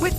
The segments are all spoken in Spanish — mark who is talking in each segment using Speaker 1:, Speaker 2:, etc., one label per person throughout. Speaker 1: With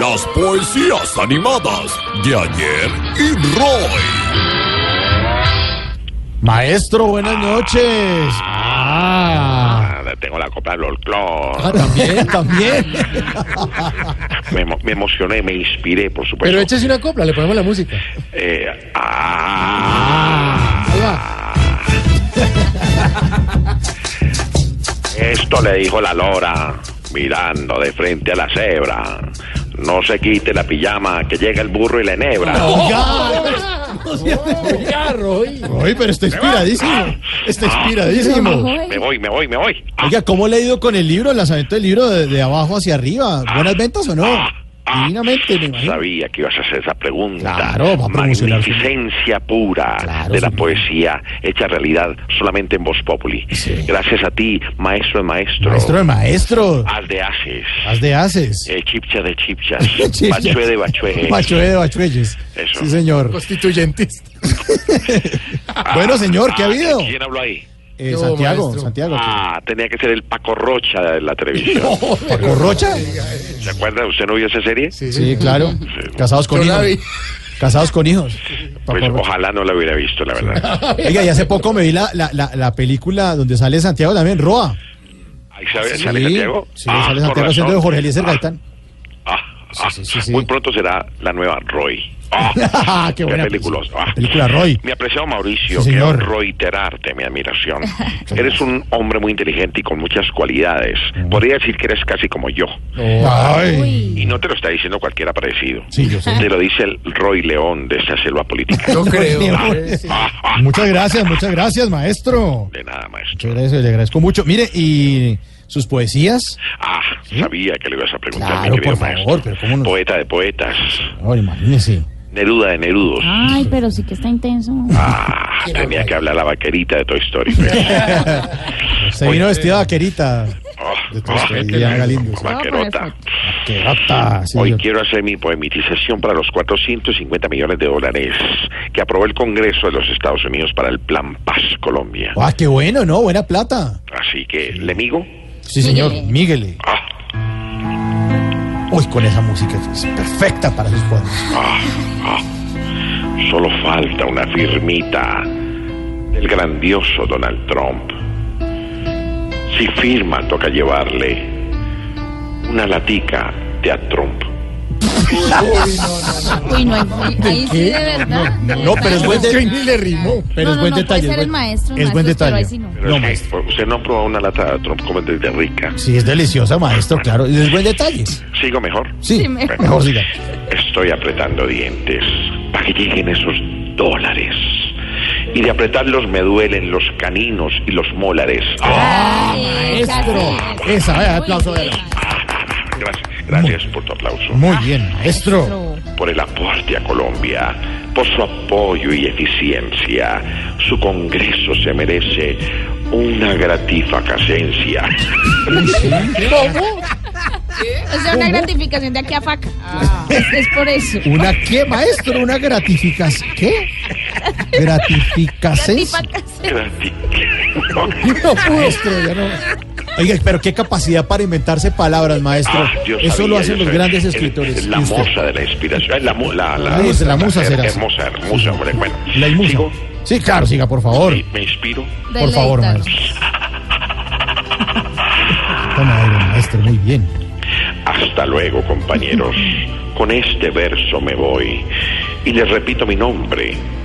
Speaker 2: Las poesías animadas de ayer y Roy.
Speaker 3: Maestro, buenas noches. Ah,
Speaker 4: Ah, tengo la copa de Lolclón.
Speaker 3: ah, también, también.
Speaker 4: Me, emo- me emocioné, me inspiré, por supuesto.
Speaker 3: Pero échese una copla, le ponemos la música.
Speaker 4: Eh, ah,
Speaker 3: Ahí va.
Speaker 4: esto le dijo la lora, mirando de frente a la cebra. No se quite la pijama, que llega el burro y la enebra.
Speaker 3: Oiga, no sea de- oiga, Roy. Roy, pero está inspiradísimo. Está inspiradísimo.
Speaker 4: Me voy, me voy, me voy. Ah,
Speaker 3: Oiga, ¿cómo le ha ido con el libro, el lanzamiento del libro de, de abajo hacia arriba? ¿Buenas ventas o no?
Speaker 4: Ah,
Speaker 3: Divinamente, me imagino.
Speaker 4: Sabía que ibas a hacer esa pregunta.
Speaker 3: Claro, va a promocionar su-
Speaker 4: Magnificencia pura
Speaker 3: Claro,
Speaker 4: de la
Speaker 3: señor.
Speaker 4: poesía hecha realidad solamente en Voz Populi.
Speaker 3: Sí.
Speaker 4: Gracias a ti, maestro de maestro.
Speaker 3: Maestro de maestro,
Speaker 4: Haz de haces.
Speaker 3: haz de haces.
Speaker 4: Eh, chipcha de chipchas.
Speaker 3: Sí,
Speaker 4: Bachue
Speaker 3: ya.
Speaker 4: de bachue.
Speaker 3: Bachué de bachuelles.
Speaker 4: Eso.
Speaker 3: Sí, señor.
Speaker 5: Constituyentes.
Speaker 3: Bueno, señor, ¿qué ha habido?
Speaker 4: Ah, ¿Quién habló ahí?
Speaker 3: Eh,
Speaker 5: No,
Speaker 3: Santiago,
Speaker 5: maestro.
Speaker 3: Santiago.
Speaker 4: Ah, tenía que ser el Paco Rocha de la televisión.
Speaker 3: ¿Paco Rocha?
Speaker 4: ¿Se acuerda? ¿Usted no vio esa serie?
Speaker 3: Sí, claro. Casados con
Speaker 5: Yo
Speaker 3: hijos.
Speaker 5: la vi.
Speaker 3: Casados con hijos.
Speaker 4: Pues
Speaker 3: Paco Rocha.
Speaker 4: ojalá no la hubiera visto, la verdad.
Speaker 3: Oiga, y hace poco me vi la, la, la, la película donde sale Santiago también, Roa.
Speaker 4: Ahí sabe- Eh, sale Santiago.
Speaker 3: Sí,
Speaker 4: Ah,
Speaker 3: sale
Speaker 4: con
Speaker 3: Santiago haciendo
Speaker 4: razón.
Speaker 3: de Jorge Eliezer Gaitán.
Speaker 4: Ah, ah,
Speaker 3: Sí, sí, sí, sí.
Speaker 4: Muy pronto será la nueva Roy. Ah,
Speaker 3: Ah, qué buena
Speaker 4: película.
Speaker 3: película. Película Roy.
Speaker 4: Mi apreciado Mauricio,
Speaker 3: Sí,
Speaker 4: quiero
Speaker 3: señor.
Speaker 4: reiterarte mi admiración. eres un hombre muy inteligente y con muchas cualidades.
Speaker 3: Mm.
Speaker 4: Podría decir que eres casi como yo.
Speaker 3: Ay.
Speaker 4: Y no te lo está diciendo cualquiera parecido.
Speaker 3: Sí, yo sé.
Speaker 4: Te lo dice el Roy León de esta selva política.
Speaker 5: No creo.
Speaker 4: Ah, ah,
Speaker 3: Muchas gracias, muchas gracias, maestro.
Speaker 4: De nada, maestro.
Speaker 3: Muchas gracias, le agradezco mucho. Mire, y sus poesías.
Speaker 4: Ah, sabía que le ibas a preguntar,
Speaker 3: Claro,
Speaker 4: mi querido
Speaker 3: por favor,
Speaker 4: maestro.
Speaker 3: pero cómo no.
Speaker 4: Poeta de poetas,
Speaker 3: Ahora imagínese.
Speaker 4: Neruda de Nerudos.
Speaker 6: Ay, pero sí que está intenso.
Speaker 4: Ah, tenía que hablar la vaquerita de Toy Story.
Speaker 3: Se vino vestida vaquerita.
Speaker 4: Oh,
Speaker 3: De Toy Story,
Speaker 4: oh,
Speaker 3: Diana Galindo.
Speaker 4: Vaquerota.
Speaker 3: Qué gata, sí,
Speaker 4: Hoy
Speaker 3: señor.
Speaker 4: quiero hacer mi poemitización para los 450 millones de dólares que aprobó el Congreso de los Estados Unidos para el Plan Paz Colombia.
Speaker 3: Ah, qué bueno, ¿no? Buena plata.
Speaker 4: Así que, Lemigo,
Speaker 3: Sí, señor. Míguele.
Speaker 4: ah,
Speaker 3: Uy, con esa música que es perfecta para sus cuadros.
Speaker 4: Solo falta una firmita del grandioso Donald Trump. Si firma, toca llevarle una latica de a Trump.
Speaker 6: Uy, no, ahí, ahí sí, de verdad.
Speaker 3: No, pero es buen detalle. le rimó. Pero
Speaker 6: No,
Speaker 3: es
Speaker 6: no,
Speaker 3: buen
Speaker 6: no, puede
Speaker 3: detalle.
Speaker 6: ser el maestro,
Speaker 3: es buen
Speaker 6: maestro, pero
Speaker 3: detalle.
Speaker 6: ahí sí no.
Speaker 4: Pero es que usted no ha probado una lata de Trump como es desde rica.
Speaker 3: Sí, es deliciosa, maestro, claro. Y es buen detalle.
Speaker 4: ¿Sigo mejor?
Speaker 3: Sí,
Speaker 6: Sí, mejor.
Speaker 3: mejor siga.
Speaker 4: Estoy apretando dientes para que lleguen esos dólares. Y de apretarlos me duelen los caninos y los molares.
Speaker 6: Ah. Ay,
Speaker 3: Maestro. Esa, vea, aplauso.
Speaker 6: Muy
Speaker 3: vea.
Speaker 6: bien,
Speaker 4: Gracias, gracias por tu aplauso.
Speaker 3: Muy bien, maestro.
Speaker 6: maestro.
Speaker 4: por el aporte a Colombia, por su apoyo y eficiencia. Su Congreso se merece una gratificacencia.
Speaker 6: O sea, una gratificación de aquí a FACA. Es, es por eso.
Speaker 3: ¿Una qué, maestro? ¿Una gratificación? ¿Qué? ¿Gratificación?
Speaker 6: Gratificación.
Speaker 4: Grati-
Speaker 3: No, maestro, ya no. Oiga, pero qué capacidad para inventarse palabras, maestro.
Speaker 4: Ah, yo
Speaker 3: Eso
Speaker 4: sabía,
Speaker 3: lo
Speaker 4: yo
Speaker 3: hacen los
Speaker 4: sabía.
Speaker 3: grandes
Speaker 4: El-
Speaker 3: escritores.
Speaker 4: La
Speaker 3: Y usted.
Speaker 4: moza de la inspiración. La, mu- la, la,
Speaker 3: La musa, la musa será.
Speaker 4: Hermosa, hermosa, hombre. Bueno,
Speaker 3: La inmusa.
Speaker 4: sigo
Speaker 3: Sí, claro, siga, por favor.
Speaker 4: y me inspiro.
Speaker 3: Por favor,
Speaker 6: Deleítanos.
Speaker 3: maestro. Toma aire, maestro, muy bien.
Speaker 4: Hasta luego, compañeros. Con este verso me voy. Y les repito mi nombre,